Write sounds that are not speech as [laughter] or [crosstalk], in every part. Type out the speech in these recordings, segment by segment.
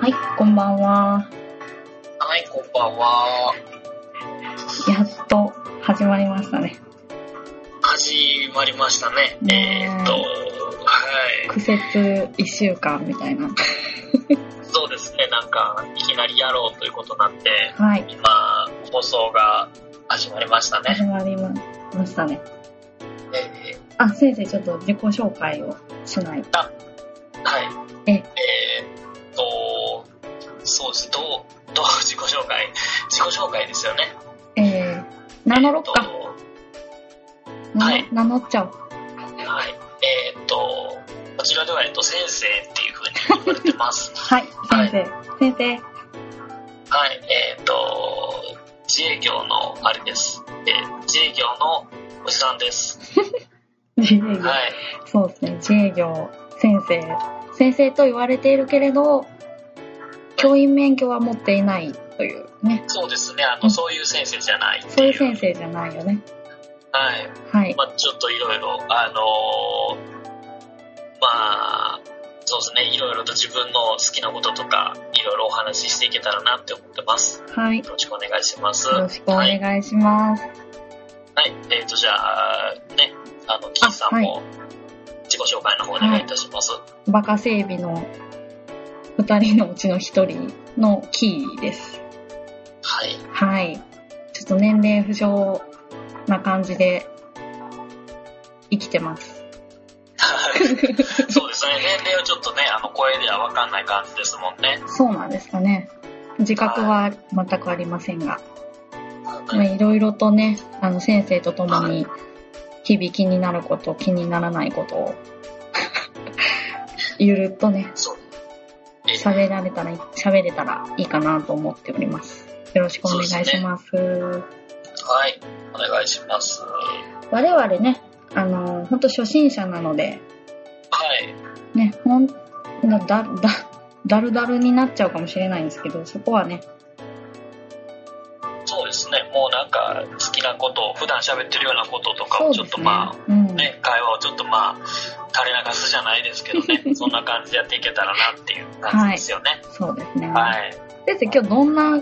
はい、こんばんは。はい、こんばんは。やっと始まりましたね。始まりましたね。ねええーっと、はい。苦節一週間みたいな。そうですね、なんか、いきなりやろうということになって、はい、今、放送が始まりました始ね。まりましたね。えあ、先生、ちょっと自己紹介をしないと。ーはい。ええーっと、そうです。どう、 [laughs] どう、自己紹介。自己紹介ですよね。えー、名乗ろっえか。ーと名はい名乗っちゃおう。はい。えーっと、こちらでは、えっと、先生っていうふうに言われてます。はい、先生。先生。はい、えっ、と、自営業のあれです。えー自営業のおじさんです。自営業。はい。そうですね、自営業。先生。先生と言われているけれど、教員免許は持っていないというね。そうですね、あうんの、そういう先生じゃないってそうい。いうう先生じゃないよね。はい。はい。まあちょっといろいろ、あのーまあそうですね、いろいろと自分の好きなこととか、いろいろお話ししていけたらなって思ってます。はい。よよろしくお願いします。ろしくお願いします。はい。えっ、と、じゃあ、ね、あの、キーさんも、自己紹介の方お願いいたします。バカ整備の2人のうちの1人のキーです。はい。はい。ちょっと年齢不詳な感じで生きてます。そうですね、年齢はちょっとね、あの声では分かんない感じですもんね。そうなんですかね。自覚は全くありませんが、まあはいいろいろとね、あの先生と共に日々気になること、気にならないことを [laughs] ゆるっとね、そうえ喋られたら、喋れたらいいかなと思っております。よろしくお願いします。はい、お願いします。は我々ね、あの、本当初心者なので、い、ね、ほん、だ、だ、だるだるになっちゃうかもしれないんですけど、そこはね、そうですね、もうなんか好きなこと、普段喋ってるようなこととかそうをでちょっすとねま。うんあ、。ね、会話をちょっとまあ、垂れ流すじゃないですけど [laughs] ね、そんな感じでやっていけたらなっていう感じですよね。そうですね。はい。先生、今日どんな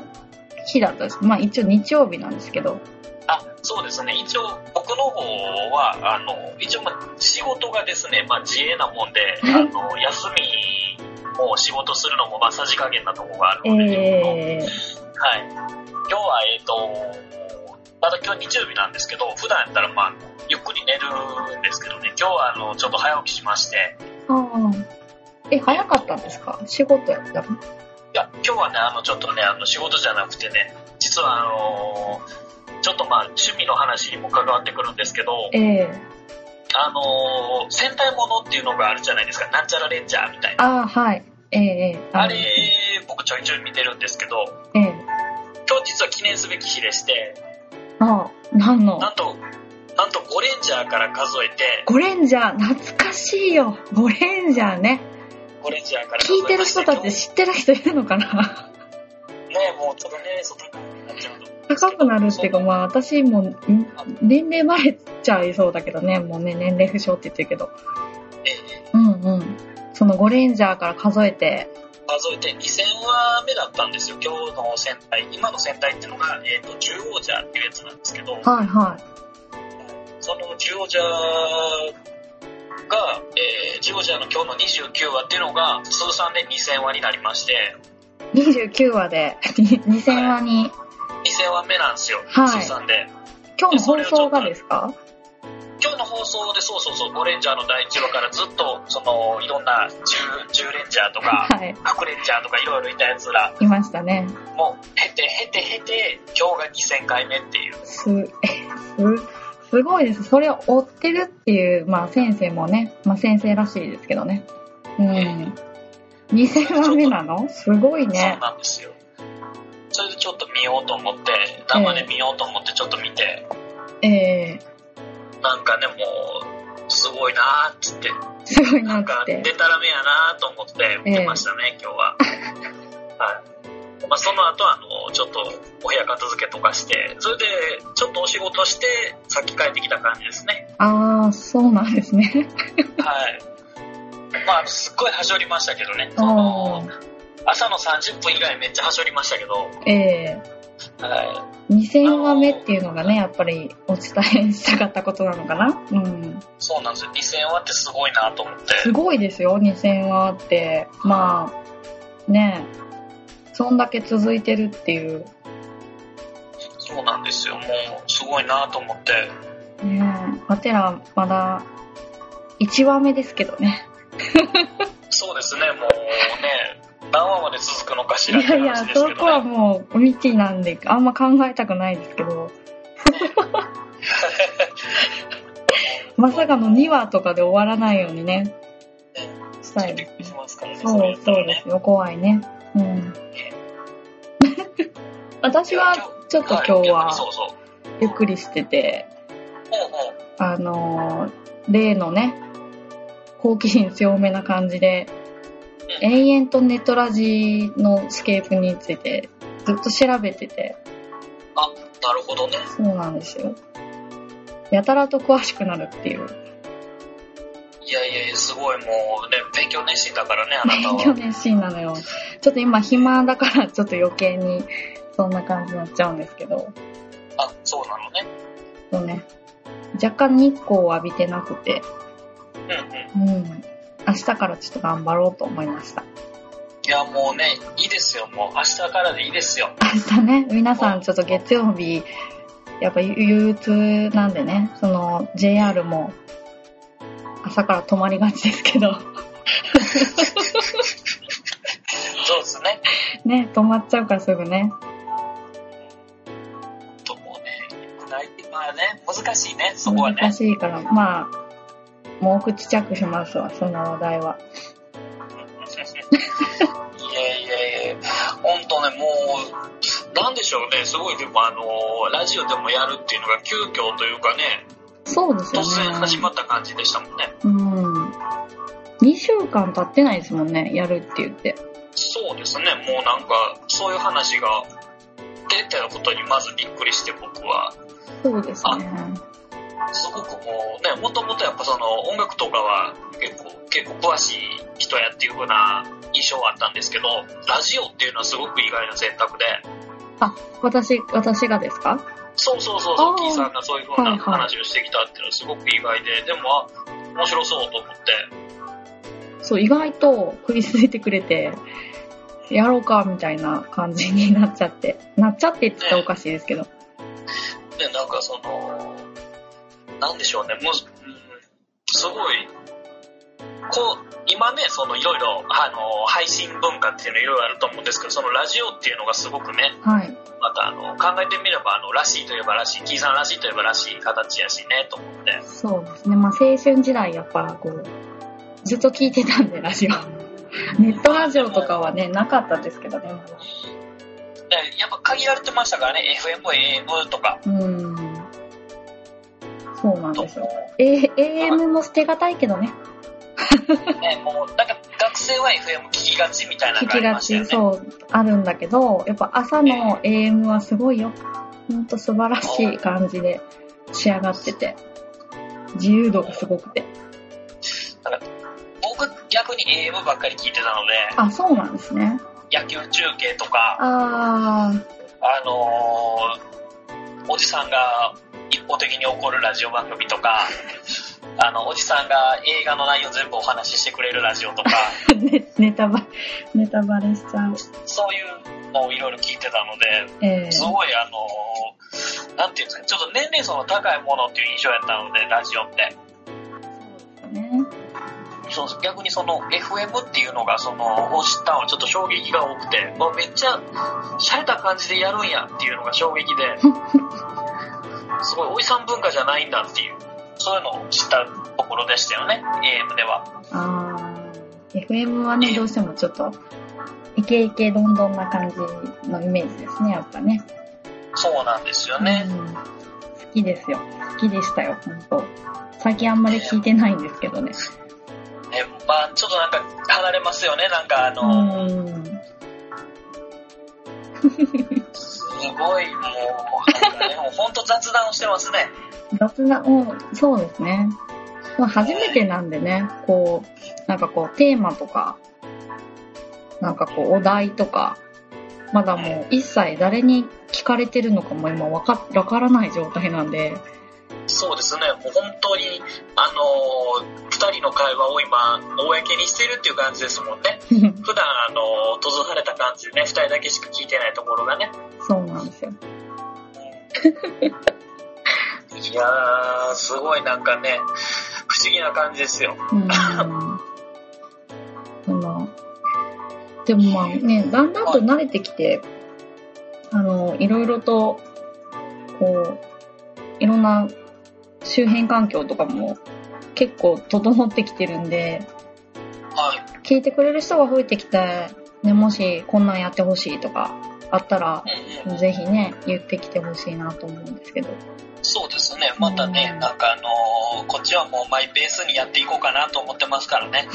日だったんですかまあ一応日曜日なんですけど。あ、そうですね、一応僕の方は、あの、一応まあ仕事がですね、まあ自営なもんで、あの、休み、を仕事するのもまあさじ加減なところがあるので、えはい。今日は、えっ、と、まだ今日日曜日なんですけど、普段やったら、まあ、ゆっくり寝るんですけどね、今日は、あの、ちょっと早起きしまして、ー、ああ。え、早かったんですか仕事やったのいや、今日はね、あの、ちょっとね、あの、仕事じゃなくてね、実は、あのちょっとまあ、趣味の話にも関わってくるんですけど、ええあの戦隊ものっていうのがあるじゃないですか、なんちゃらレンジャーみたいあな。あ、はい。ええええあれ、僕ちょいちょい見てるんですけど、ええ今日実は記念すべき日でして、ああ、なんのなんと、なんと5レンジャーから数えて、ゴレンジャー、懐かしいよ。ゴレンジャーね。 5レンジャーから数聞いてえるまして人たち知ってる人いるのか [laughs] なね、もうちょっとね、そう高くなっちゃうと。高くなるっていうか、まあ私もん年齢バレちゃいそうだけどね。もうね、年齢不詳って言ってるけど。えうんうん。そのゴレンジャーから数えて、数えて2000話目だったんですよ、今日の戦隊。今の戦隊っていうのが、えっ、と、10王者っていうやつなんですけど、はいはい。その10王者が、えー、10王者の今日の29話っていうのが、通算で2000話になりまして、 29話で2000話に、 2000話目なんですよ、はい通算で。今日の放送がですか今日の放送で、そうそうそう、ゴレンジャーの第1話からずっと、その、いろんな10、10レンジャーとか、はい。白レンジャーとかいろいろいたやつら、いましたね。もう、経て経て経て、今日が2000回目っていう。す、え、す、すごいです。それを追ってるっていう、まあ先生もね、まあ先生らしいですけどね。うん。2000話目なのすごいそうね。なんですよ。それでちょっと見ようと思って、生で見ようと思ってちょっと見て、ええなんかね、もう、すごいなーっつって、すごいななんっか、て。でたらめやなーと思って見てましたね、今日 [laughs] は。はい。まあ、その後は、あの、ちょっと、お部屋片付けとかして、それで、ちょっとお仕事して、さっき帰ってきた感じですね。ああ、そうなんですね。 [laughs] はい。まあ、すっごいはしょりましたけどね、そのあ、朝の30分以外めっちゃはしょりましたけど、ええは2000話目っていうのがね、やっぱりお伝えしたかったことなのかなうん。い、そうなんですよ。2000話ってすごいなと思って。すごいですよ、2000話って。まあ、ねえ、そんだけ続いてるっていう。そうなんですよ。もう、すごいなと思って。ねえ、わてらまだ1話目ですけどね。そうですね、もうね、何話まで続くのかしいらってやいや、話ですそけこどはね。もう未知なんで、あんま考えたくないですけ [laughs] ど。まさかの2話とかで終わらないようにね、したいびっでくりすしね。ますからね。そうれ、そうですよ、怖いね。うん。私はちょっと今日いはそうそう。ゆっくりしてて、ほうほう。あのー例のね、好奇心強めな感じで、延々とネットラジのスケープについてずっと調べてて、なるほどね。そうなんですよ。やたらと詳しくなるっていう。いやいやいや、すごいもうね、勉強熱心だからね、あなた勉強は。熱心なのよ。ちょっと今暇だからちょっと余計にそんな感じになっちゃうんですけど、あ、そうなのね。そうね。若干日光を浴びてなくて、うんうん。うん。明日からちょっと頑張ろうと思いました。いや、もうね、いいですよ。もう明日からでいいですよ。明日ね、皆さんちょっと月曜日、やっぱ憂鬱なんでね、その JR も朝から止まりがちですけど、 [laughs] そうですね。ね、止まっちゃうからすぐね。ともうね、ないまあね、難しいね、そこは難ね。しいから、まあ、もう口ち着しますわ、そんな話題は。いやいやいや、本当ね、もう、なんでしょうね、すごいでもあの、ラジオでもやるっていうのが急遽というかね、そうですよ突ね。然始まった感じでしたもんね。うん。2週間経ってないですもんね、やるって言って。そうですね、もうなんか、そういう話が出てたことにまずびっくりして僕は、そうですね。すごくもうね、もともとやっぱその音楽とかは結構、結構詳しい人やっていう風な印象はあったんですけど、ラジオっていうのはすごく意外な選択で、私、私がですかそうそうそうそあう、ーキーさんがそういう風はいはない話をしてきたっていうのはすごく意外で、でも、あ面白そうと思って、そう、意外と食いついてくれて、やろうか、みたいな感じになっちゃって。 [laughs] なっちゃってって言ったらおかしいですけど。で、なんかその、なんでしょうね、む、うん、すごい、こう、今ね、そのいろいろ、あの、配信文化っていうのいろいろあると思うんですけど、そのラジオっていうのがすごくね、はい。またあの、考えてみれば、あの、らしいといえばらしい、キーさんらしいといえばらしい形やしね、と思って。そうですね。まあ、青春時代やっぱこう、ずっと聞いてたんで、ラジオ。 [laughs] ネットラジオとかはね、なかったですけどね、まだ。でやっぱ限られてましたからね、FM、AM とか。うん。そうなんとですよ。え、AM も捨てがたいけどね。ね、もう、なんか学生は FM 聞きがちみたいなの聞があきりがましたよち、ね。そう、あるんだけど、やっぱ朝の AM はすごいよ。ほんと素晴らしい感じで仕上がってて。自由度がすごくて。僕、逆に AM ばっかり聞いてたので、あ、そうなんですね。野球中継とか、ああのー、おじさんが一方的に怒るラジオ番組とか、 [laughs] あの、おじさんが映画の内容全部お話ししてくれるラジオとか、 [laughs] ー、 [laughs] ねネタバレ、ネタバレしちゃう。そういうのをいろいろ聞いてたので、えすー、ごいあの、なんていうんですかね、ちょっと年齢層の高いものっていう印象やったので、ラジオって。ね。そうそう逆にその FM っていうのが、その、を知ったのはちょっと衝撃が多くて、まあ、めっちゃ、洒落た感じでやるんやっていうのが衝撃 [laughs] で、すごいおじさん文化じゃないんだっていう、そういうのを知ったところでしたよね、AM では。あー、FM はね、どうしてもちょっと、イケイケどんどんな感じのイメージですね、やっぱね。そうなんですよねう。ん好きですよ。好きでしたよ、本当。最近あんまり聞いてないんですけどね。ねまあちょっとなんか離れますよね、なんかあうの、ん。すごいもう、なんかね、 [laughs] もうほんと雑談をしてますね。雑談を、そうですね。まあ、初めてなんでね、こう、なんかこう、テーマとか、なんかこう、お題とか、まだもう一切誰に聞かれてるのかも今わかわからない状態なんで、 [laughs] そうですね、もう本当に、あのー、2人の会話を今、公にしてるっていう感じですもんね。普段、あのー、閉ざされた感じでね、2人だけしか聞いてないところがね。そうなんですよ。いやー、すごいなんかね、不思議な感じですよ。うん。そのでもまあね、だんだんと慣れてきて、あの、いろいろと、こう、いろんな周辺環境とかも結構整ってきてるんで、はい。聞いてくれる人が増えてきて、ね、もしこんなんやってほしいとかあったら、うんうんぜひね、言ってきてほしいなと思うんですけど。そうですね、またね、うんなんかあのーこっちはもうマイペースにやっていこうかなと思ってますからね。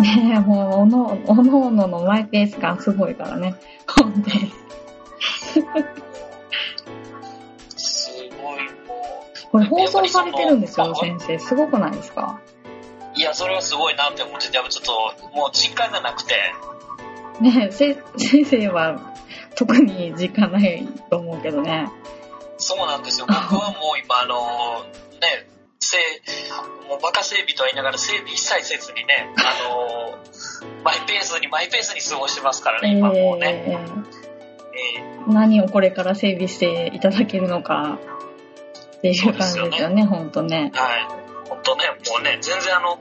ねえ、もう、おの、おのおののマイペース感すごいからね。本当に。すごいもこれ放送されてるんですやよ、っぱり先生。すごくないですか [laughs] う、いや、それはすごいなって思ってて、やっぱちょっともう実感がなくて、ねえ、せ先生は特に時間ないと思うけどね。そうなんですよ、僕はもう今、あのーね、せいもうバカ整備とは言いながら整備一切せずにね、あのーマイペースにマイペースに過ごしてますからね、今もうね。えーえー何をこれから整備していただけるのかっていう感じですよね、ほんとね。はい。本当ね、もうね、全然あの、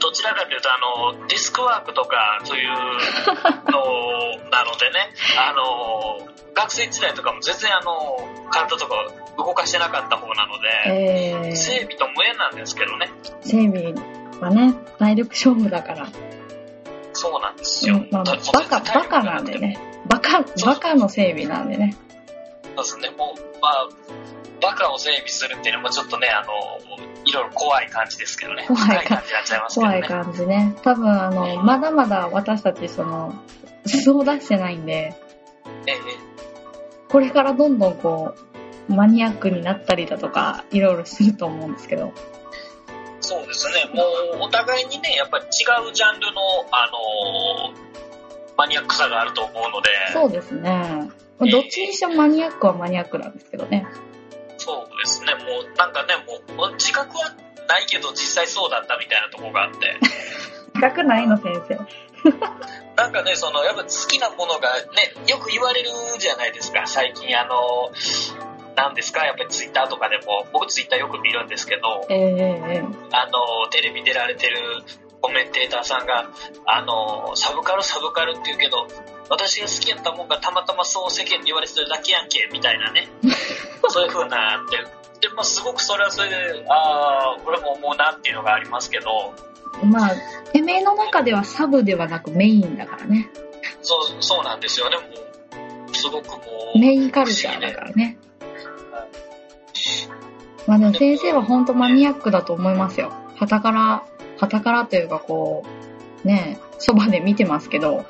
どちらかというと、あの、ディスクワークとか、そ [laughs] ういうのなのでね、あの、学生時代とかも全然あの、体とか動かしてなかった方なので、え整ー、備と無縁なんですけどね、整備はね、体力勝負だから。そうなんですうよん。まあ、バカ、バカなんで。ね。バカ、バカの整備なんでね。そうですね、もう、まあ、バカを整備するっていうのもちょっとね、あの、いろいろ怖い感じですけどね、怖い深かい感じになっちゃいますけど怖ね。い感じね。多分、あの、まだまだ私たち、その、素出してないんで、ええこれからどんどんこう、マニアックになったりだとか、いろいろすると思うんですけど。そうですね、もうお互いにね、やっぱり違うジャンルの、あのーマニアックさがあると思うので、そうですね。まあどっちにしてもマニアックはマニアックなんですけどね。そうですね、もうなんかね、もう自覚はないけど、実際そうだったみたいなところがあって、深くないの、先生。なんかね、そのやっぱ好きなものがね、よく言われるじゃないですか、最近、あのーなんですかやっぱりツイッターとかでも僕ツイッターよく見るんですけどえええあのーテレビ出られてるコメンテーターさんがあのーサブカルサブカルって言うけど私が好きやったもんがたまたまそう世間に言われてるだけやんけみたいなねそういう風なってで、まあ、すごくそれはそれでああ俺も思うなっていうのがありますけどえまあ、てめえの中ではサブではなくメインだからね。そうそうなんですよねもうすごくもうメインカルチャーだからね。まあでも先生は本当マニアックだと思いますよ。旗から、旗からというかこう、ねえ、そばで見てますけど、もはい、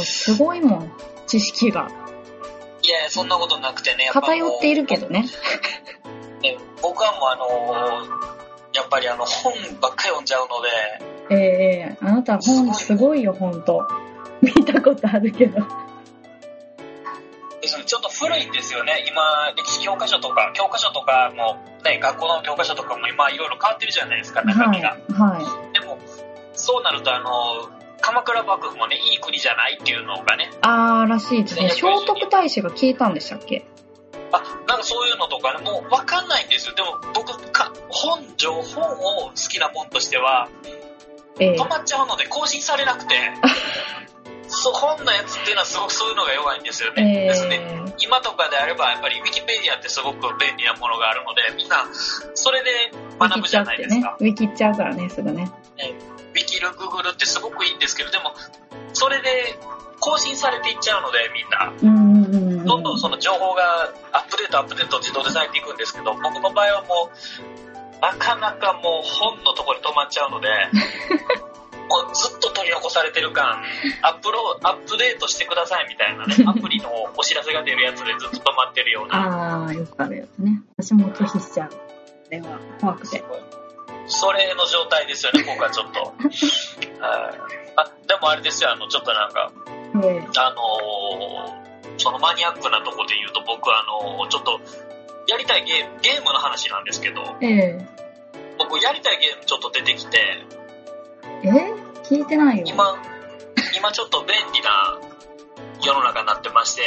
うすごいもん、知識が。いやいやそんなことなくてねやっぱ偏っているけどどね。僕はもうあのーやっぱりあの本ばっかり読んじゃうのでええええあなた本すごいよ、本当見たことあるけど。ですねちょっと古いんですよね、今、歴史教科書とか、教科書とかも、ね、学校の教科書とかも今、いろいろ変わってるじゃないですか、中は身い、が。はい。でも、そうなると、あの、鎌倉幕府もね、いい国じゃないっていうのがね、あーらしいですね。聖徳太子が消えたんでしたっけあ、なんかそういうのとかね、もう分かんないんですよ。でも、僕、か本上、本を好きなもんとしては、ええ止まっちゃうので更新されなくて、そう、本のやつっていうのはすごくそういうのが弱いんですよね。えですね。え今とかであればやっぱりウィキペディアってすごく便利なものがあるのでみんなそれで学ぶじゃないですかウィキっちゃうからね、すぐね。ウィキルグーグルってすごくいいんですけどでもそれで更新されていっちゃうのでみんなうんうんうんうん。どんどんその情報がアップデートアップデート自動でされていくんですけど僕の場合はもうなかなかもう本のところで止まっちゃうのでもうずっと取り残されてる感アップロアップデートしてくださいみたいなねアプリのお知らせが出るやつでずっと止まってるようなあー、よくあるやつね。私も拒否しちゃう。あれは怖くて。それの状態ですよね、今回ちょっと。はいあでもあれですよ、あの、ちょっとなんか、えあのーそのマニアックなとこで言うと、僕、あのーちょっと、やりたいゲーム、ゲームの話なんですけど、ええ僕、やりたいゲームちょっと出てきて、ええ聞いてないよ。今、今ちょっと便利な世の中になってまして、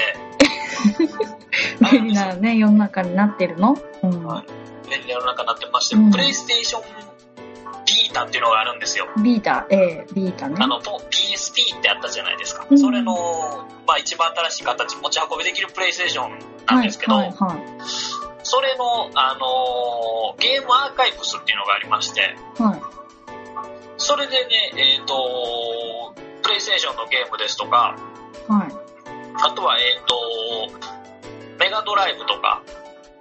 便利なね、世の中になってるのうん。は便利な世の中になってまして、うんプレイステーションビータっていうのがあるんですよ。ビータ、ええビータねあ。の、ポ PSP ってあったじゃないですか。うんそれの、まあ一番新しい形、持ち運びできるプレイステーションなんはでい、すけど、はい、はそれの、あのーゲームアーカイブスっていうのがありまして、い。はい。それでね、えっ、と、プレイステーションのゲームですとか、はい。あとは、えっ、と、メガドライブとか、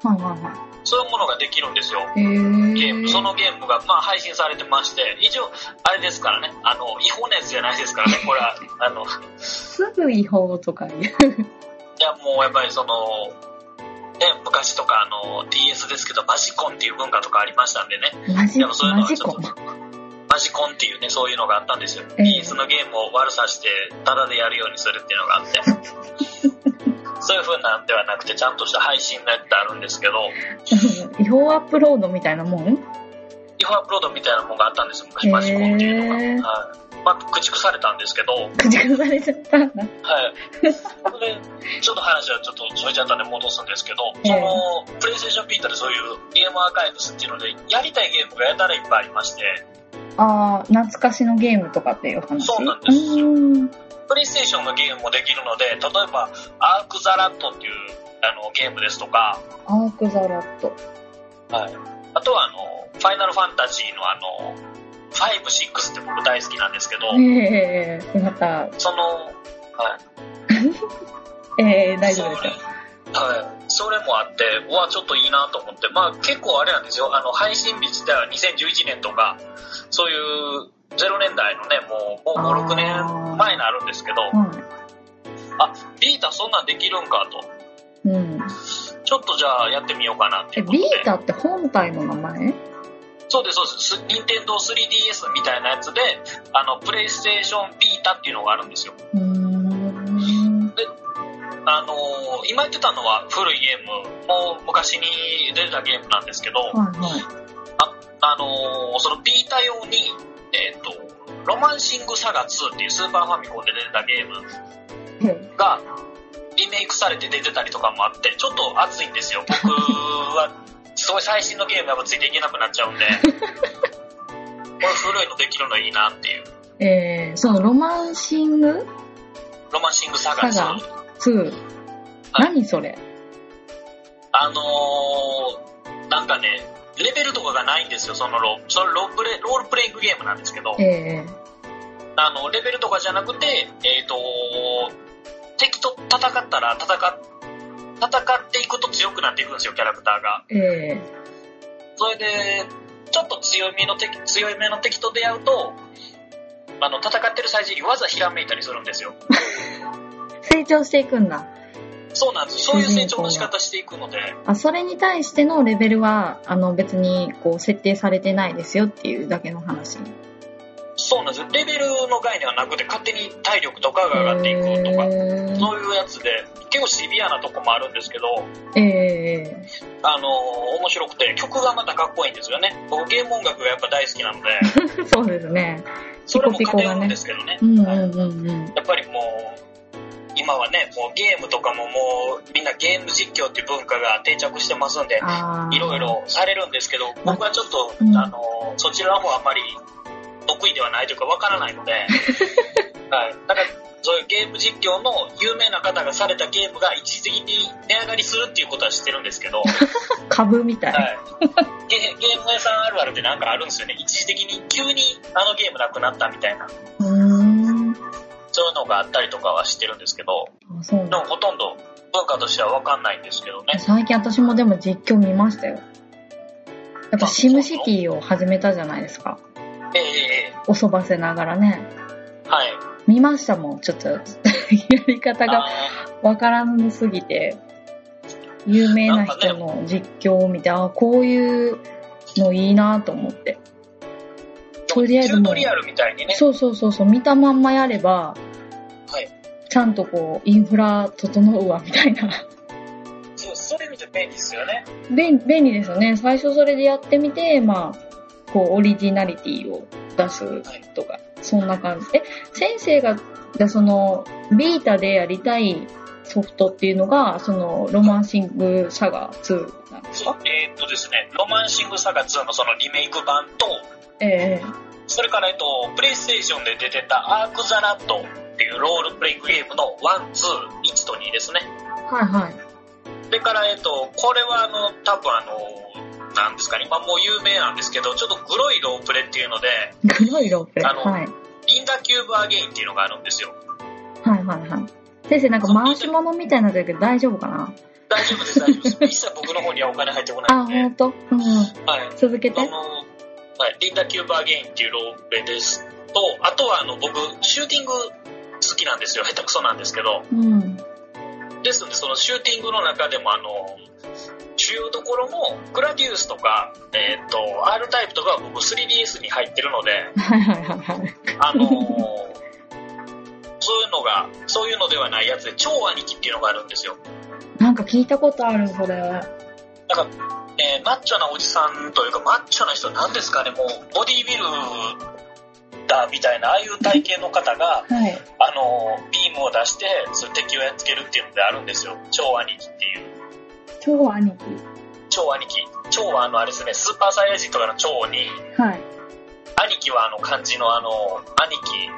はい、はい、はそういうものができるんですよ。い。ええゲーム、そのゲームが、まあ、配信されてまして、一応、あれですからね、あの、違法なやつじゃないですからね、これは、あの、すぐ違法とか言う。いや、もうやっぱりその、ね、昔とかあの、DS ですけど、マジコンっていう文化とかありましたんでね、マジ、でもそういうのマはジちょっコと。マジコンっていうね、そういうのがあったんですよ。ええ DS のゲームを悪さして、タダでやるようにするっていうのがあ [laughs] って。そういう風なんではなくて、ちゃんとした配信のやつってあるんですけど、違法アップロードみたいなもん違法アップロードみたいなものがあったんですよ、昔、マジコンっていうのが。へえはいまあ、駆逐されたんですけ [laughs] ど、はい。駆逐されちゃったんだ。それで、ちょっと話はちょっとそれちゃったんで戻すんですけど、ええその、プレイステーションビータでそういうゲームアーカイブスっていうので、やりたいゲームがやたらいっぱいありまして、ああ、懐かしのゲームとかっていう話。そうなんですようんプレイステーションのゲームもできるので、例えば、アーク・ザ・ラットっていうあのゲームですとか、アークザラット。はい、あとはあの、ファイナルファンタジーのあの、5、6って僕大好きなんですけど、ええまた、その、はい、ええ大丈夫ですよ。はい、それもあって、うわ、ちょっといいなと思って、まあ結構あれなんですよ、あの、配信日自体は2011年とか、そういう、0年代のね、もう、もう5、6年前になるんですけど、はビータそんなんできるんかと、い。うん。ちょっとじゃあやってみようかなってえ、いうことビで。ータって本体の名前そうです、そうです。任天堂 3DS みたいなやつで、あの、プレイステーションビータっていうのがあるんですよ。うーん。あのー今言ってたのは古いゲーム、もう昔に出てたゲームなんですけど、はいはあのーそのビータ用に、えっ、と、ロマンシングサガ2っていうスーパーファミコンで出てたゲームい。えが、リメイクされて出てたりとかもあって、ちょっと熱いんですよ。僕は、 [laughs] すごい最新のゲームやっぱついていけなくなっちゃうん [laughs] で、これ古いのできるのいいなっていう。ええーそのロマンシングロマンシングサガサガ2。何それあのーなんかね、レベルとかがないんですよ、そのロそのロープレロールプレイングゲームなんですけど、ええあのレベルとかじゃなくて、えー、と敵と戦ったら戦っ戦っていくと強くなっていくんですよ、キャラクターが。ええそれで、ちょっと強めの敵強めの敵と出会うと、あの戦ってる最中に技ひらめいたりするんですよ。成長していくんだ。そうなんです。そういう成長の仕方していくので、あそれに対してのレベルはあの別にこう設定されてないですよっていうだけの話そうなんですよ。レベルの概念はなくて、勝手に体力とかが上がっていくとか、えそういうやつで、結構シビアなとこもあるんですけど、ーえあのー面白くて、曲がまたかっこいいんですよね。僕、ゲーム音楽がやっぱ大好 [laughs] きなので、ーそうですねそれもピコピコ偏がねるんですけどね。うんうんはいうんうんやっぱりもう、今はね、もうゲームとかももう、みんなゲーム実況っていう文化が定着してますんで、あーいろいろされるんですけど、僕はちょっと、うんあのーそちらの方はあんまり得意ではないというか、わからない [laughs] ので、はい。だから、そういうゲーム実況の有名な方がされたゲームが一時的に値上がりするっていうことは知ってる [laughs] んですけど、株みたい、はい、ゲゲーム屋さんあるあるってなんかあるんですよね一時的に急にあのゲームなくなったみたいなうーんそういうのがあったりとかは知ってるんですけどあそうでもなんほとんど文化としては分かんないんですけどね最近私もでも実況見ましたよやっぱあシムシティを始めたじゃないですかえええおそばせながらねえはい見ましたもんちょっと [laughs] やり方があわからんすぎて有名な人の実況を見て、あこういうのいいなと思ってとりあえずチューもトうリアルみたいにね。そうそうそうそう見たまんまやればはい。ちゃんとこうインフラ整うわみたいな [laughs] そう、そういう意味で便利ですよね。便便利ですよね最初それでやってみてまあこうオリジナリティを出すとかそんな感じえ先生がじゃあそのビータでやりたいソフトっていうのがそのロマンシングサガ2なんですそうかえーっとですね、ロマンシングサガ2のそのリメイク版と、ええそれから、えっと、プレイステーションで出てたアーク・ザ・ラットっていうロールプレイングゲームの1、2、1と2ですね。はいはいそれから、えっと、これはあの、多分あの、なんですかね、まあもう有名なんですけど、ちょっとグロいロープレっていうので、グロいロープレイあのはいリンダ・キューブ・アゲインっていうのがあるんですよ。はいはいはい。先生、なんか回し物みたいなのだけど大丈夫かな大丈夫です、大丈夫です。一切僕の方にはお金入ってこないあ、のでほ。んとうん。はい。続けあて。の、はい、リンダ・キューバーゲインっていうローベですと、あとはあの僕、シューティング好きなんですよ。下手くそなんですけど。うん。ですので、そのシューティングの中でもあの、主要どころも、グラディウスとか、えっ、と、R タイプとかは僕 3DS に入ってるので、はいはいはいはい。あ [laughs] のーそういうのが、そういうのではないやつで、超兄貴っていうのがあるんですよ。なんか聞いたことある、それ。えーマッチョなおじさんというか、マッチョな人なんですかね、もう、ボディービルダーみたいな、ああいう体型の方が、はい。あのー、ビームを出して、それ敵をやっつけるっていうのであるんですよ。超兄貴っていう。超兄貴。超兄貴。超はあの、あれですね、スーパーサイヤ人とかの超に、はい。兄貴はあの、漢字のあの、兄貴、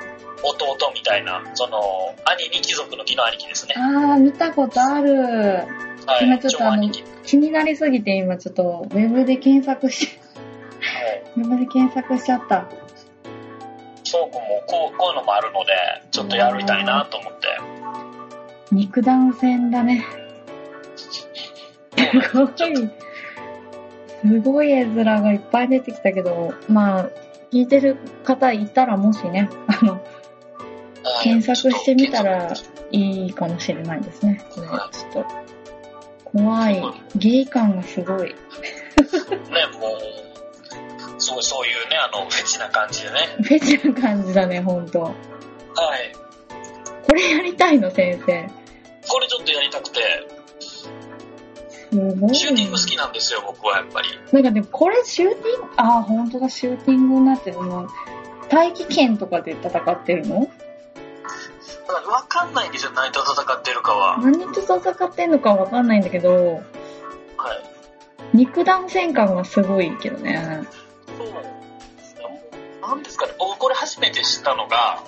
弟みたいな、その、兄に貴族の貴の兄貴ですね。あー、見たことある。は今い、ちょっ超とあの兄貴。気になりすぎて、今ちょっと、ウェブで検索し、はいウェブで検索しちゃった。そうくんもこうこういうのもあるのでちょっとやりたいなと思って肉弾戦だね。 [laughs] すごい。すごい絵面がいっぱい出てきたけど、まあ、聞いてる方いたらもしね、あの、はい検索してみたちょらっと検いいかもしれないですね。これはちょっと。怖い。ゲイ感がすごい。索ねもうそうそういうねあのフェチな感じでねフェチな感じだね、ほんと。はいこれやりたいの、先生。これちょっとやりたくてすごい。シューティング好きなんですよ僕はやっぱりなんかでもこれシューティング、ああ、ほんとだ、シューティングになってるの。大気圏とかで戦ってるのだから分かんないんですよ何と戦ってるかは、はい、何と戦ってんのかわかんないんだけど、肉弾戦艦はすごいけどね。そうですねもうなんですかね僕これ初めて知ったのが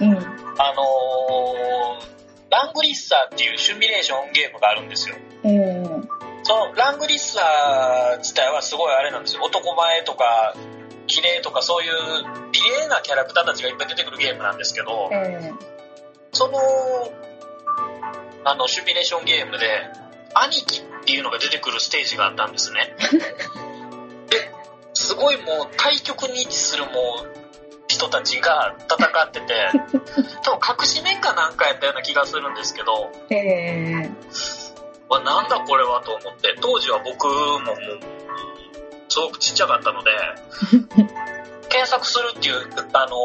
うん。あのーラングリッサーっていうシミュレーションゲームがあるんですよええそのラングリッサー自体はすごいあれなんですよ男前とか綺麗とかそういう美麗なキャラクターたちがいっぱい出てくるゲームなんですけどえそのあのシミュレーションゲームで兄貴っていうのが出てくるステージがあったんで [laughs] すねですごいもう対極に位置するもう人たちが戦っ [laughs] てて多分隠し面かなんかやったような気がするんですけどええわなんだこれはと思って当時は僕ももうすごくちっちゃかったので検索するっていう、あの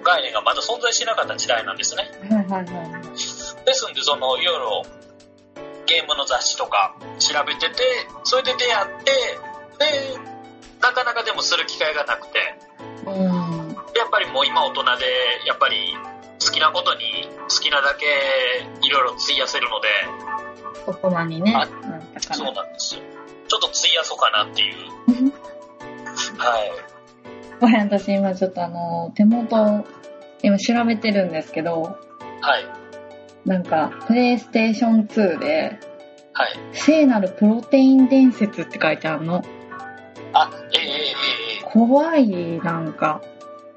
ー概念がまだ存在しなかった時代なんですねえはいはいはい。ですんでそのいろいろゲームの雑誌とか調べててそれで出会ってでなかなかでもする機会がなくてうん。でやっぱりもう今大人でやっぱり好きなことに好きなだけいろいろ費やせるので大人にね、なあったかそうら。なんですよちょっと費やそうかなっていうはい。ごめん、私今ちょっとあの、手元、今調べてるんですけど、はい。なんか、プレイステーション2で、はい。聖なるプロテイン伝説って書いてあるの。あ、えええええ怖い、なんか。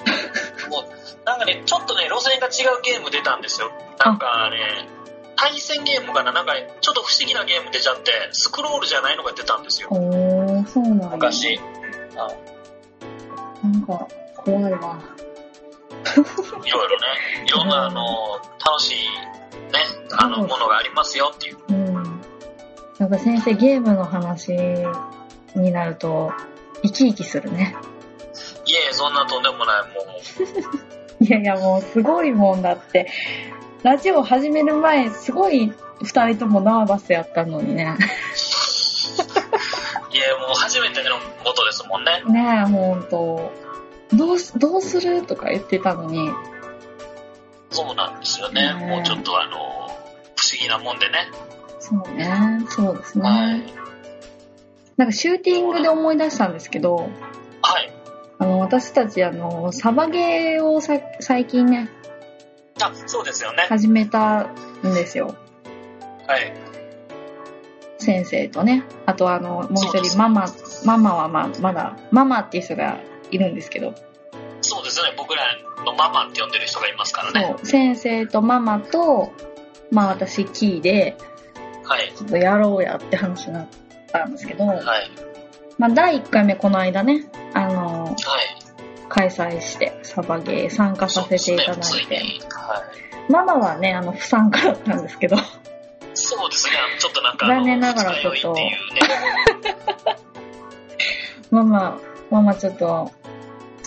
えもう、なんかね、ちょっとね、路線が違うゲーム出たんですよ。なんかね、対戦ゲームかななんかね、ちょっと不思議なゲーム出ちゃって、スクロールじゃないのが出たんですよ。おー、そうなんだ。昔。あなんか、怖いわ。いろいろね、いろんな、あの、楽しい、ね、あの、ものがありますよっていう。うん。なんか先生、ゲームの話になると、生き生きするね。 [laughs] いえ、そんなとんでもないもういやいやもうすごいもんだってラジオ始める前すごい2人ともナーバスやったのにね [laughs] いやもう初めてのことですもんねねえほんとどうすどうするとか言ってたのにそうなんですよねねもうちょっとあの不思議なもんでねそうねそうですね、はいなんかシューティングで思い出したんですけどはいあの私たちあのサバゲーをさ最近ねあそうですよね始めたんですよはい先生とねあとあのもうそう一です人ママママはまあまだママっていう人がいるんですけど、そうですね僕らのママって呼んでる人がいますからねそう先生とママとまあ私キーではいちょっとやろうやって話になったんですけど、はいまあ、第1回目この間ねあのはい開催してサバゲー参加させていただそういですねて、ついにはいママはねあの不参加だったんですけど [laughs] そうですねちょっとなんかあの残念ながら二日酔いっていうねママママちょっと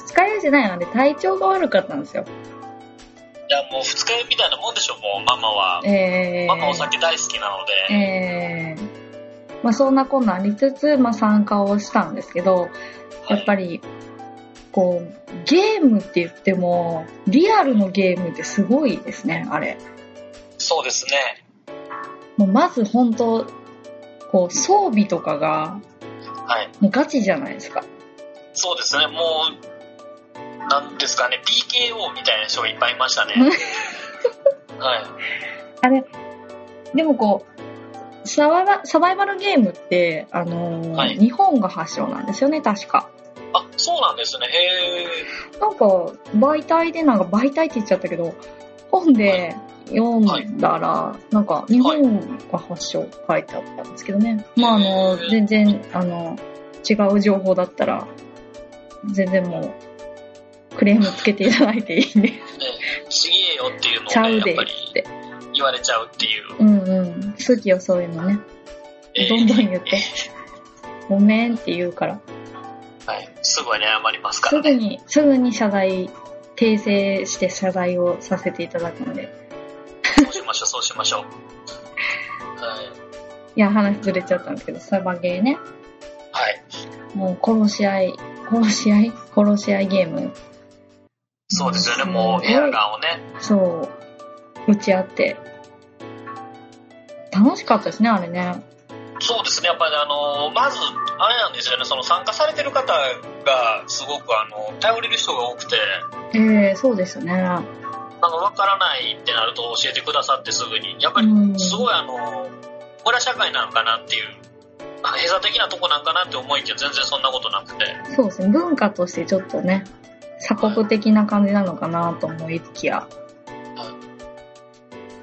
二日酔いじゃないので体調が悪かったんですよいやもう二日酔いみたいなもんでしょもうママは、えー、ママお酒大好きなので、えーまあ、そんなこんなんありつつ、まあ、参加をしたんですけどやっぱりりこうゲームって言ってもリアルのゲームってすごいですねあれそうですねもうまず本当こう装備とかがはいもうガチじゃないですかそうですねもうなんですかね PKO みたいな人がいっぱいいま [laughs] したねはいあれでもこうサバイバサバイバルゲームって、あのーはい日本が発祥なんですよね確かあそうなんですねへえなんか媒体でなんか媒体って言っちゃったけど本で読んだら、なんか日本が発祥って書いてあったんですけどね、まああのへー全然あの違う情報だったら全然もうクレームつけていただいていいんで [laughs] ちげえよっていうのちゃうを、ね、でやっっぱりて言われちゃうっていう、うんうん好きよそういうのねえーどんどん言ってごめんって言うからはい、すぐに謝りますかすらぐねにすぐに謝罪訂正して謝罪をさせていただくのでそうしましょうそうしましょうはいいや話ずれちゃったんですけどサバゲーねはいもう殺し合い、殺し合い殺し合いゲーム。そうですよねうんもうエアガンをねそう、打ち合って。楽しかったですね、あれね。そうですね、やっぱりあのまず、あれなんですよね、その参加されてる方がすごくあの頼れる人が多くて、ええそうですね。なんか分からないってなると教えてくださってすぐに、やっぱうりん。すごいあの、これは社会なのかなっていう、あ閉鎖的なとこなんかなって思いきや、全然そんなことなくて、そうですね。文化としてちょっとね、鎖国的な感じなのかなと思いきや。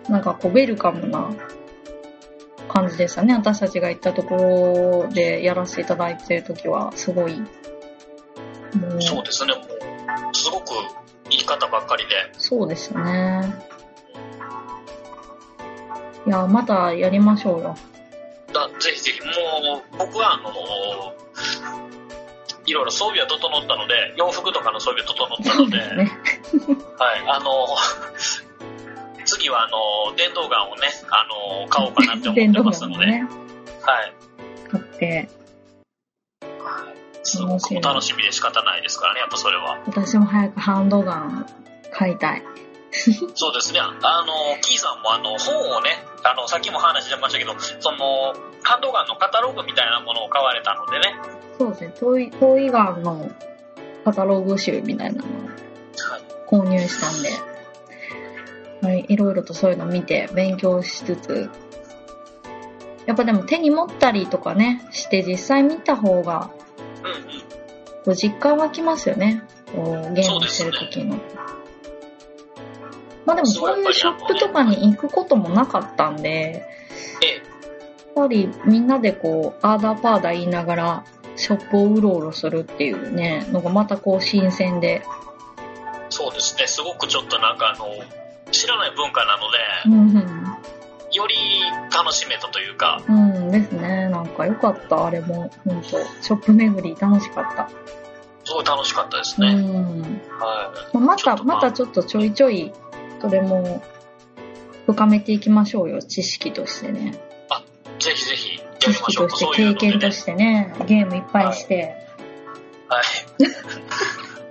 なんかこう、ウェルカムな感じでしたね。私たちが行ったところでやらせていただいてるときは、すごい。もうそうですね、もう、すごく言い方ばっかりで、そうですよね。いや、またやりましょうよ。だぜひぜひ、もう僕はあのいろいろ装備は整ったので、洋服とかの装備は整ったので。ね。はい、あの次はあの電動ガンをね、あの買おうかなって思って電動ますガンのもで、ね、はい、買って。すごくお楽しみで仕方ないですからね、やっぱそれは。私も早くハンドガン買いたい。そうですね、あのキーさんもあの本をね、あのさっきも話してましたけど、そのハンドガンのカタログみたいなものを買われたのでね、そうですね。遠い、遠いガンのカタログ集みたいなのをはい購入したんで。はい、いろいろとそういうの見て勉強しつつ。やっぱでも手に持ったりとかね、して実際見た方がうんうん、こう実感湧きますよねこうゲームしてる時の、まあでもそういうショップとかに行くこともなかったんでええやっぱりみんなでこうあーだパーだ言いながらショップをうろうろするっていうねのがまたこう新鮮でそうですね、すごくちょっとなんかあの知らない文化なのうで、んより楽しめたというか、うん、うん、ですねなんか良かったあれも本当ショップ巡り楽しかったすごい楽しかったですうね。ん。はまあま、ちょったとまあまたちょっとちょいちょい、それも、深めていきましょうよ、知識としてね。い。ぜひぜひ、や知りま識しとょう。しそういうて、経ので験とね。してね、ゲームいっぱいして、はい。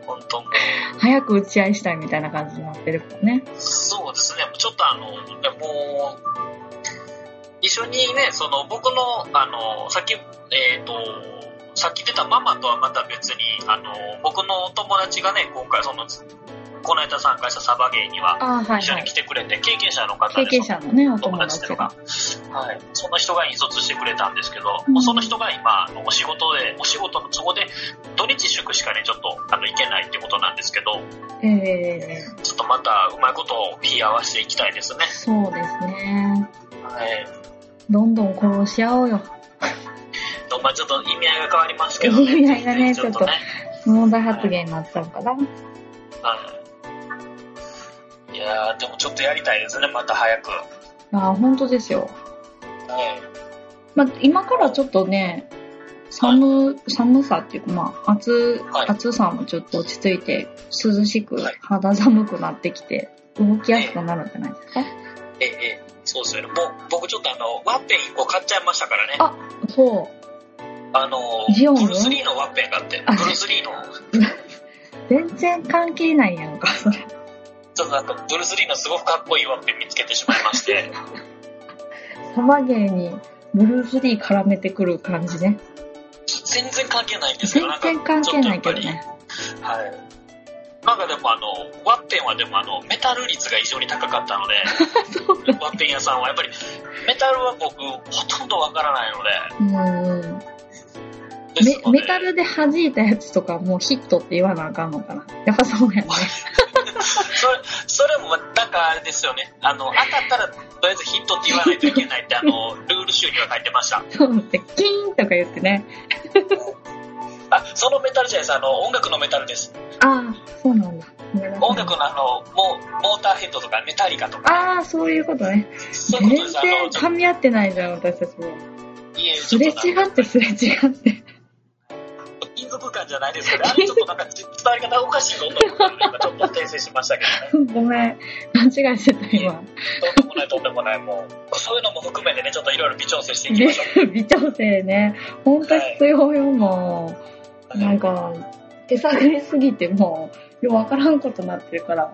本当もう早く打ち合いしたいみたいな感じになってるからね。そうですね、ちょっとあの、でもう、一緒にね、その僕の、あの、さっき、えっ、と、さっき出たママとはまた別に、あの、僕の友達がね、今回、その、この間参加したサバゲーには、ああ、はい、一緒はにい来。てくれて、経験者の方経で験す。者のね、お友友達達とがか。、はい、その人が引率してくれたんですけど、うんもうその人が今あのお仕事でお仕事の都合で土日祝しかねちょっとあの行けないってことなんですけどええちょっとまたうまいことを日合わせていきたいですねそうですね。はいどんどん殺し合おうよ。まあちょっと意味合いが変わりますけどね。意味合いがね全然ね。問題発言になっちゃうから。はい。いやー、でもちょっとやりたいですね、また早く。はああ、本当ですよ。まあ、今からちょっとね、寒、寒さっていうか、まあ、暑、はい暑さもちょっと落ち着いて、涼しくはい、肌寒くなってきて、動きやすくなるんじゃないですか、い。ええ、そうですよね。もう僕ちょっとあの、ワッペン1個買っちゃいましたからね。あそあのジオンー、のブルース・リーのワッペン買って、ブあルース・リーの、う。全然関係ないやんか、それ。ちょっとなんかブルース・リーのすごくかっこいいワッペン見つけてしまいま [laughs] して、サバゲーにブルース・リー絡めてくる感じね。全然関係ないんですけ全ど、なんか然関係ないけどちょっね。とやっぱり。はい。なんかでもあの、ワッペンはでもあの、メタル率が異常に高かったので、 [laughs] そうだ。ワッペン屋さんはやっぱりメタルは僕ほとんどわからないのでうん。ですのメでメタルで弾いたやつとかもうヒットって言わなあかんのかな。やっぱそうやね。それそれもなんかあれですよねあの当たったらとりあえずヒットって言わないといけないって [laughs] あのルール集には書いてましたそうって、キーンとか言ってね。あそのメタルじゃないですあの音楽のメタルですああ、そうなんだ。ごめんなさい音楽のあのモモーターヘッドとかメタリカとかああ、そういうことね。そういう全ことですあ然のちょ噛み合ってないじゃん、私たちも。いえちすょれ違っとなんかってすれ違って。 [laughs] 金属感じゃないですけどあれちょっとなんか伝わり方おかしいぞと思ったので今ちょっと訂正しましたけどねごめん。勘違いしてた、今。とんでもないとんでもないもうそういうのも含めてねちょっといろいろ微調整していきましょで、う微調整ね。ほんと必要よ、もう。なんか、手探りすぎて、もう、ようわからんことになってるから。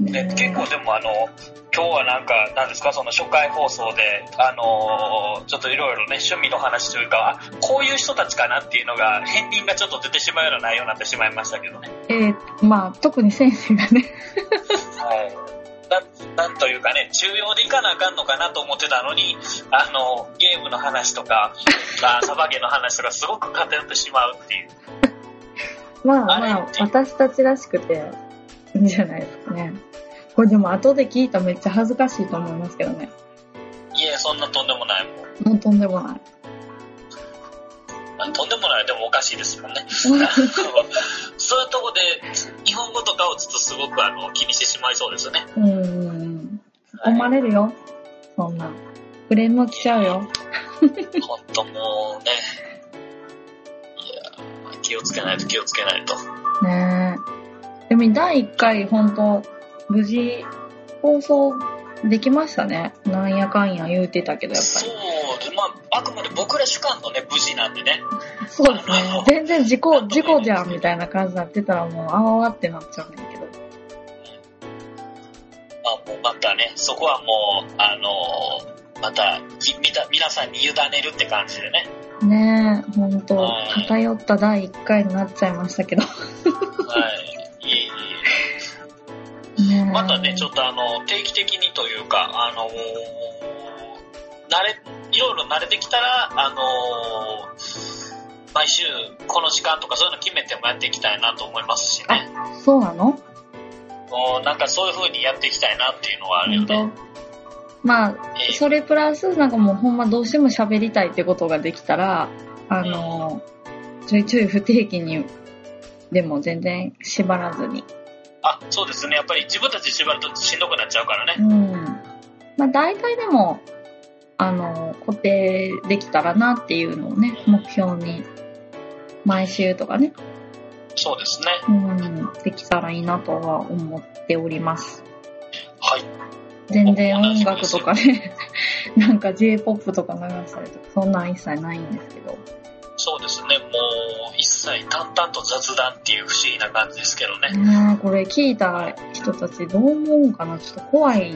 ね、ね結構でもあの今日はなんかなんですかその初回放送であのーちょっといろいろね趣味の話というかあこういう人たちかなっていうのが片鱗がちょっと出てしまうような内容になってしまいましたけどね、えーまあ、特に先生がね。 [laughs] はい、ななんというかね中要でいかなあかんのかなと思ってたのにあのゲームの話と [laughs] かあサバゲーの話とかすごく偏ってしまうっていうまああれまあ、私たちらしくて、いいんじゃないですかね。これでも後で聞いたらめっちゃ恥ずかしいと思いますけどね。いえそんなとんでもないもんもうとんでもない。あとんでもないでもおかしいですも [laughs] んねそういうとこで日本語とかをちょっとすごくあの気にしてしまいそうですね。うん。思われるよ。そんな。クレーム来ちゃうよ。本当もうね。いやー気をつけないと気をつけないと。ねえ。でも第1回本当無事放送できましたね。なんやかんや言うてたけど、やっそうで、まあ、あくまで僕ら主観のね、無事なんでね。ぱり。そうですね。全然事故、事故じゃんみたいな感じになってたらもうあわわってなっちゃうんだけど。まあ、もうまたね、そこはもう、あのーまた、きみた皆さんに委ねるって感じでね。ねえ、ほんとはい、偏った第1回になっちゃいましたけど。はい。いえいえ。ねえまたね、ちょっとあの、定期的にというか、あのー慣れ、いろいろ慣れてきたら、あのー毎週この時間とかそういうの決めてもやっていきたいなと思いますしね。そうなのもうなんかそういう風にやっていきたいなっていうのはあるよ本ね。当まあ、えーそれプラス、なんかもうほんまどうしても喋りたいってことができたら、あの、ちょいちょい不定期に、でも全然縛らずに。あ、そうですね。やっぱり自分たち縛るとしんどくなっちゃうからうね。ん。まあ大体でも、あの、固定できたらなっていうのをね、目標に毎週とかね、そうですね。うん、できたらいいなとは思っております。はい。全然音楽とかね、 [laughs] なんか J-POP とか流したりとか、そんなん一切ないんですけど。そうですね。もう、一切淡々と雑談っていう不思議な感じですけどね。ねえこれ聞いた人たちどう思うんかなちょっと怖 [laughs] い。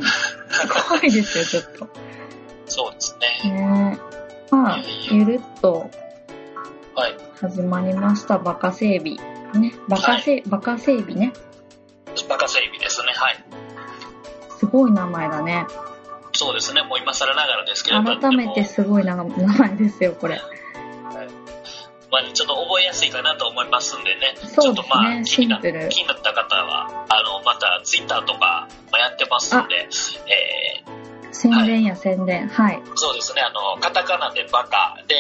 怖いですよ、ちょっと。そうですね。ねえまあ、ゆるっとはい。始まりました、バカ整備。ね、バカせ、バカ整備ね。バカ整備ですね。はい。すごい名前だね。そうですね。もう今更ながらですけれども。改めてでもすごい名前ですよ、これ。まあ、ちょっと覚えやすいかなと思いますんでね。ちそょうっでとすまあ、ね、気シになンっプル。気になった方は、あの、また、ツイッターとかもやってますんで、え宣伝や宣伝。はい。ー、そうですね、あの、カタカナでバカ、で、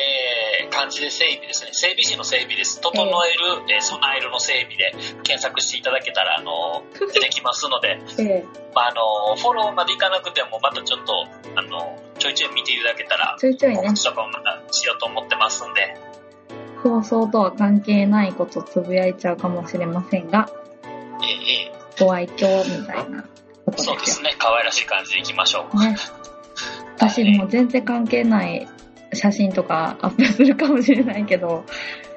漢字で整備ですね、整備士の整備です。整える、えー備えるの整備で検索していただけたら、あの、出てきますので、 [laughs] ええまあ、あの、フォローまでいかなくても、またちょっと、あの、ちょいちょい見ていただけたら、ちょいちょいね告、知とかもまたしようと思ってますんで、放送とは関係ないことつぶやいちゃうかもしれませんが、えーえーご愛嬌みたいなことですそようですね、可愛らしい感じでいきましょう。ね。 [laughs] 私もう全然関係ない写真とかアップするかもしれないけど、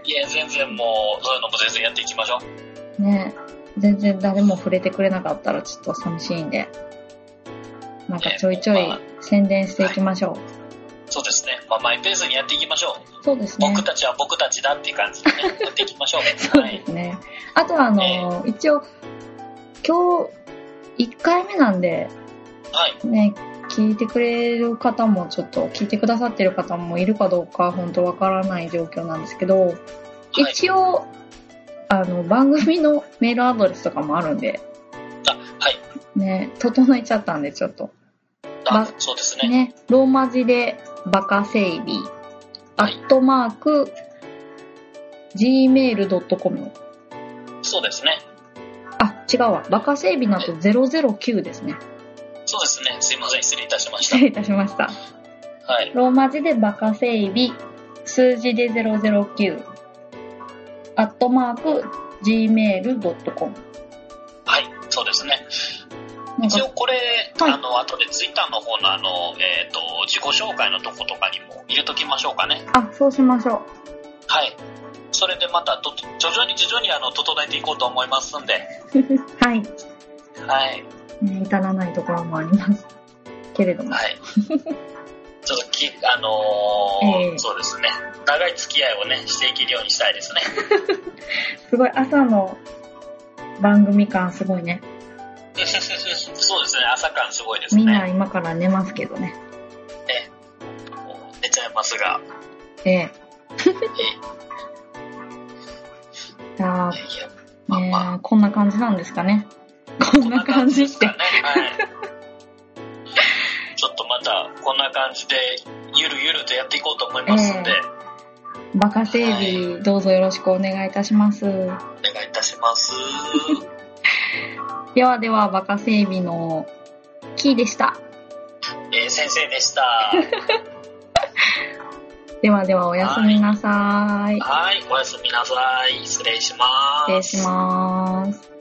いや、全然もう、そういうのも全然やっていきましょう。ね、全然誰も触れてくれなかったらちょっと寂しいんで、なんかちょいちょい宣伝していきましょう。そうですね、まあ、マイペースにやっていきましょう、そうですね僕。たちは僕たちだっていう感 [laughs] じで、ね、やっていきましょう、そうはでい、すね。あとはあの、一応、今日1回目なんで、はい、ね、聞いてくれる方もちょっと、聞いてくださってる方もいるかどうか、本当わからない状況なんですけど、はい、一応、あの、番組のメールアドレスとかもあるんで、あはいね、整えちゃったんで、ちょっと。あばそうですね、ね、ローマ字で、バカ整備、アはいットマーク、gmail.com。そうですね、あ、違うわ。バカ整備なと009ですね。そうですね、すいません、失礼いたしまし失た、礼いたしました。はい、ローマ字でバカ整備、数字で009、アットマーク、gmail.com。はい、そうですね、なん一か応これ、はいあの後でツイッターの方のあの、えー、と自己紹介のとことかにも入れときましょうかね、あ、そうしましょはい、それでまたと徐々に徐々にあの整えていこうと思いますんで、う。はい。はい。ね至らないところもありますけれども。 [laughs] はい。ちょっとき、あのーええそうですね。長い付き合いをね、していけるようにしたいです [laughs] ね。すごい朝の番組感すごいね。そうですね。朝感すごいですみんねな。今から寝ますけどね。もう寝ちゃいますが。え [laughs] え。じゃあいや、いや、まあねまあ、こんな感じなんですかね。こんな感じでっすかてね。。はい。ちょっとまた、こんな感じで、ゆるゆるとやっていこうと思いますんで、えバカ整備、どうぞよろしくお願いいたします。お願いいたします。ではでは、バカ整備のキーでした。えー先生で [laughs] した。ではでは、おやすみなさい。はい。おやすみなさい。失礼します。失礼します。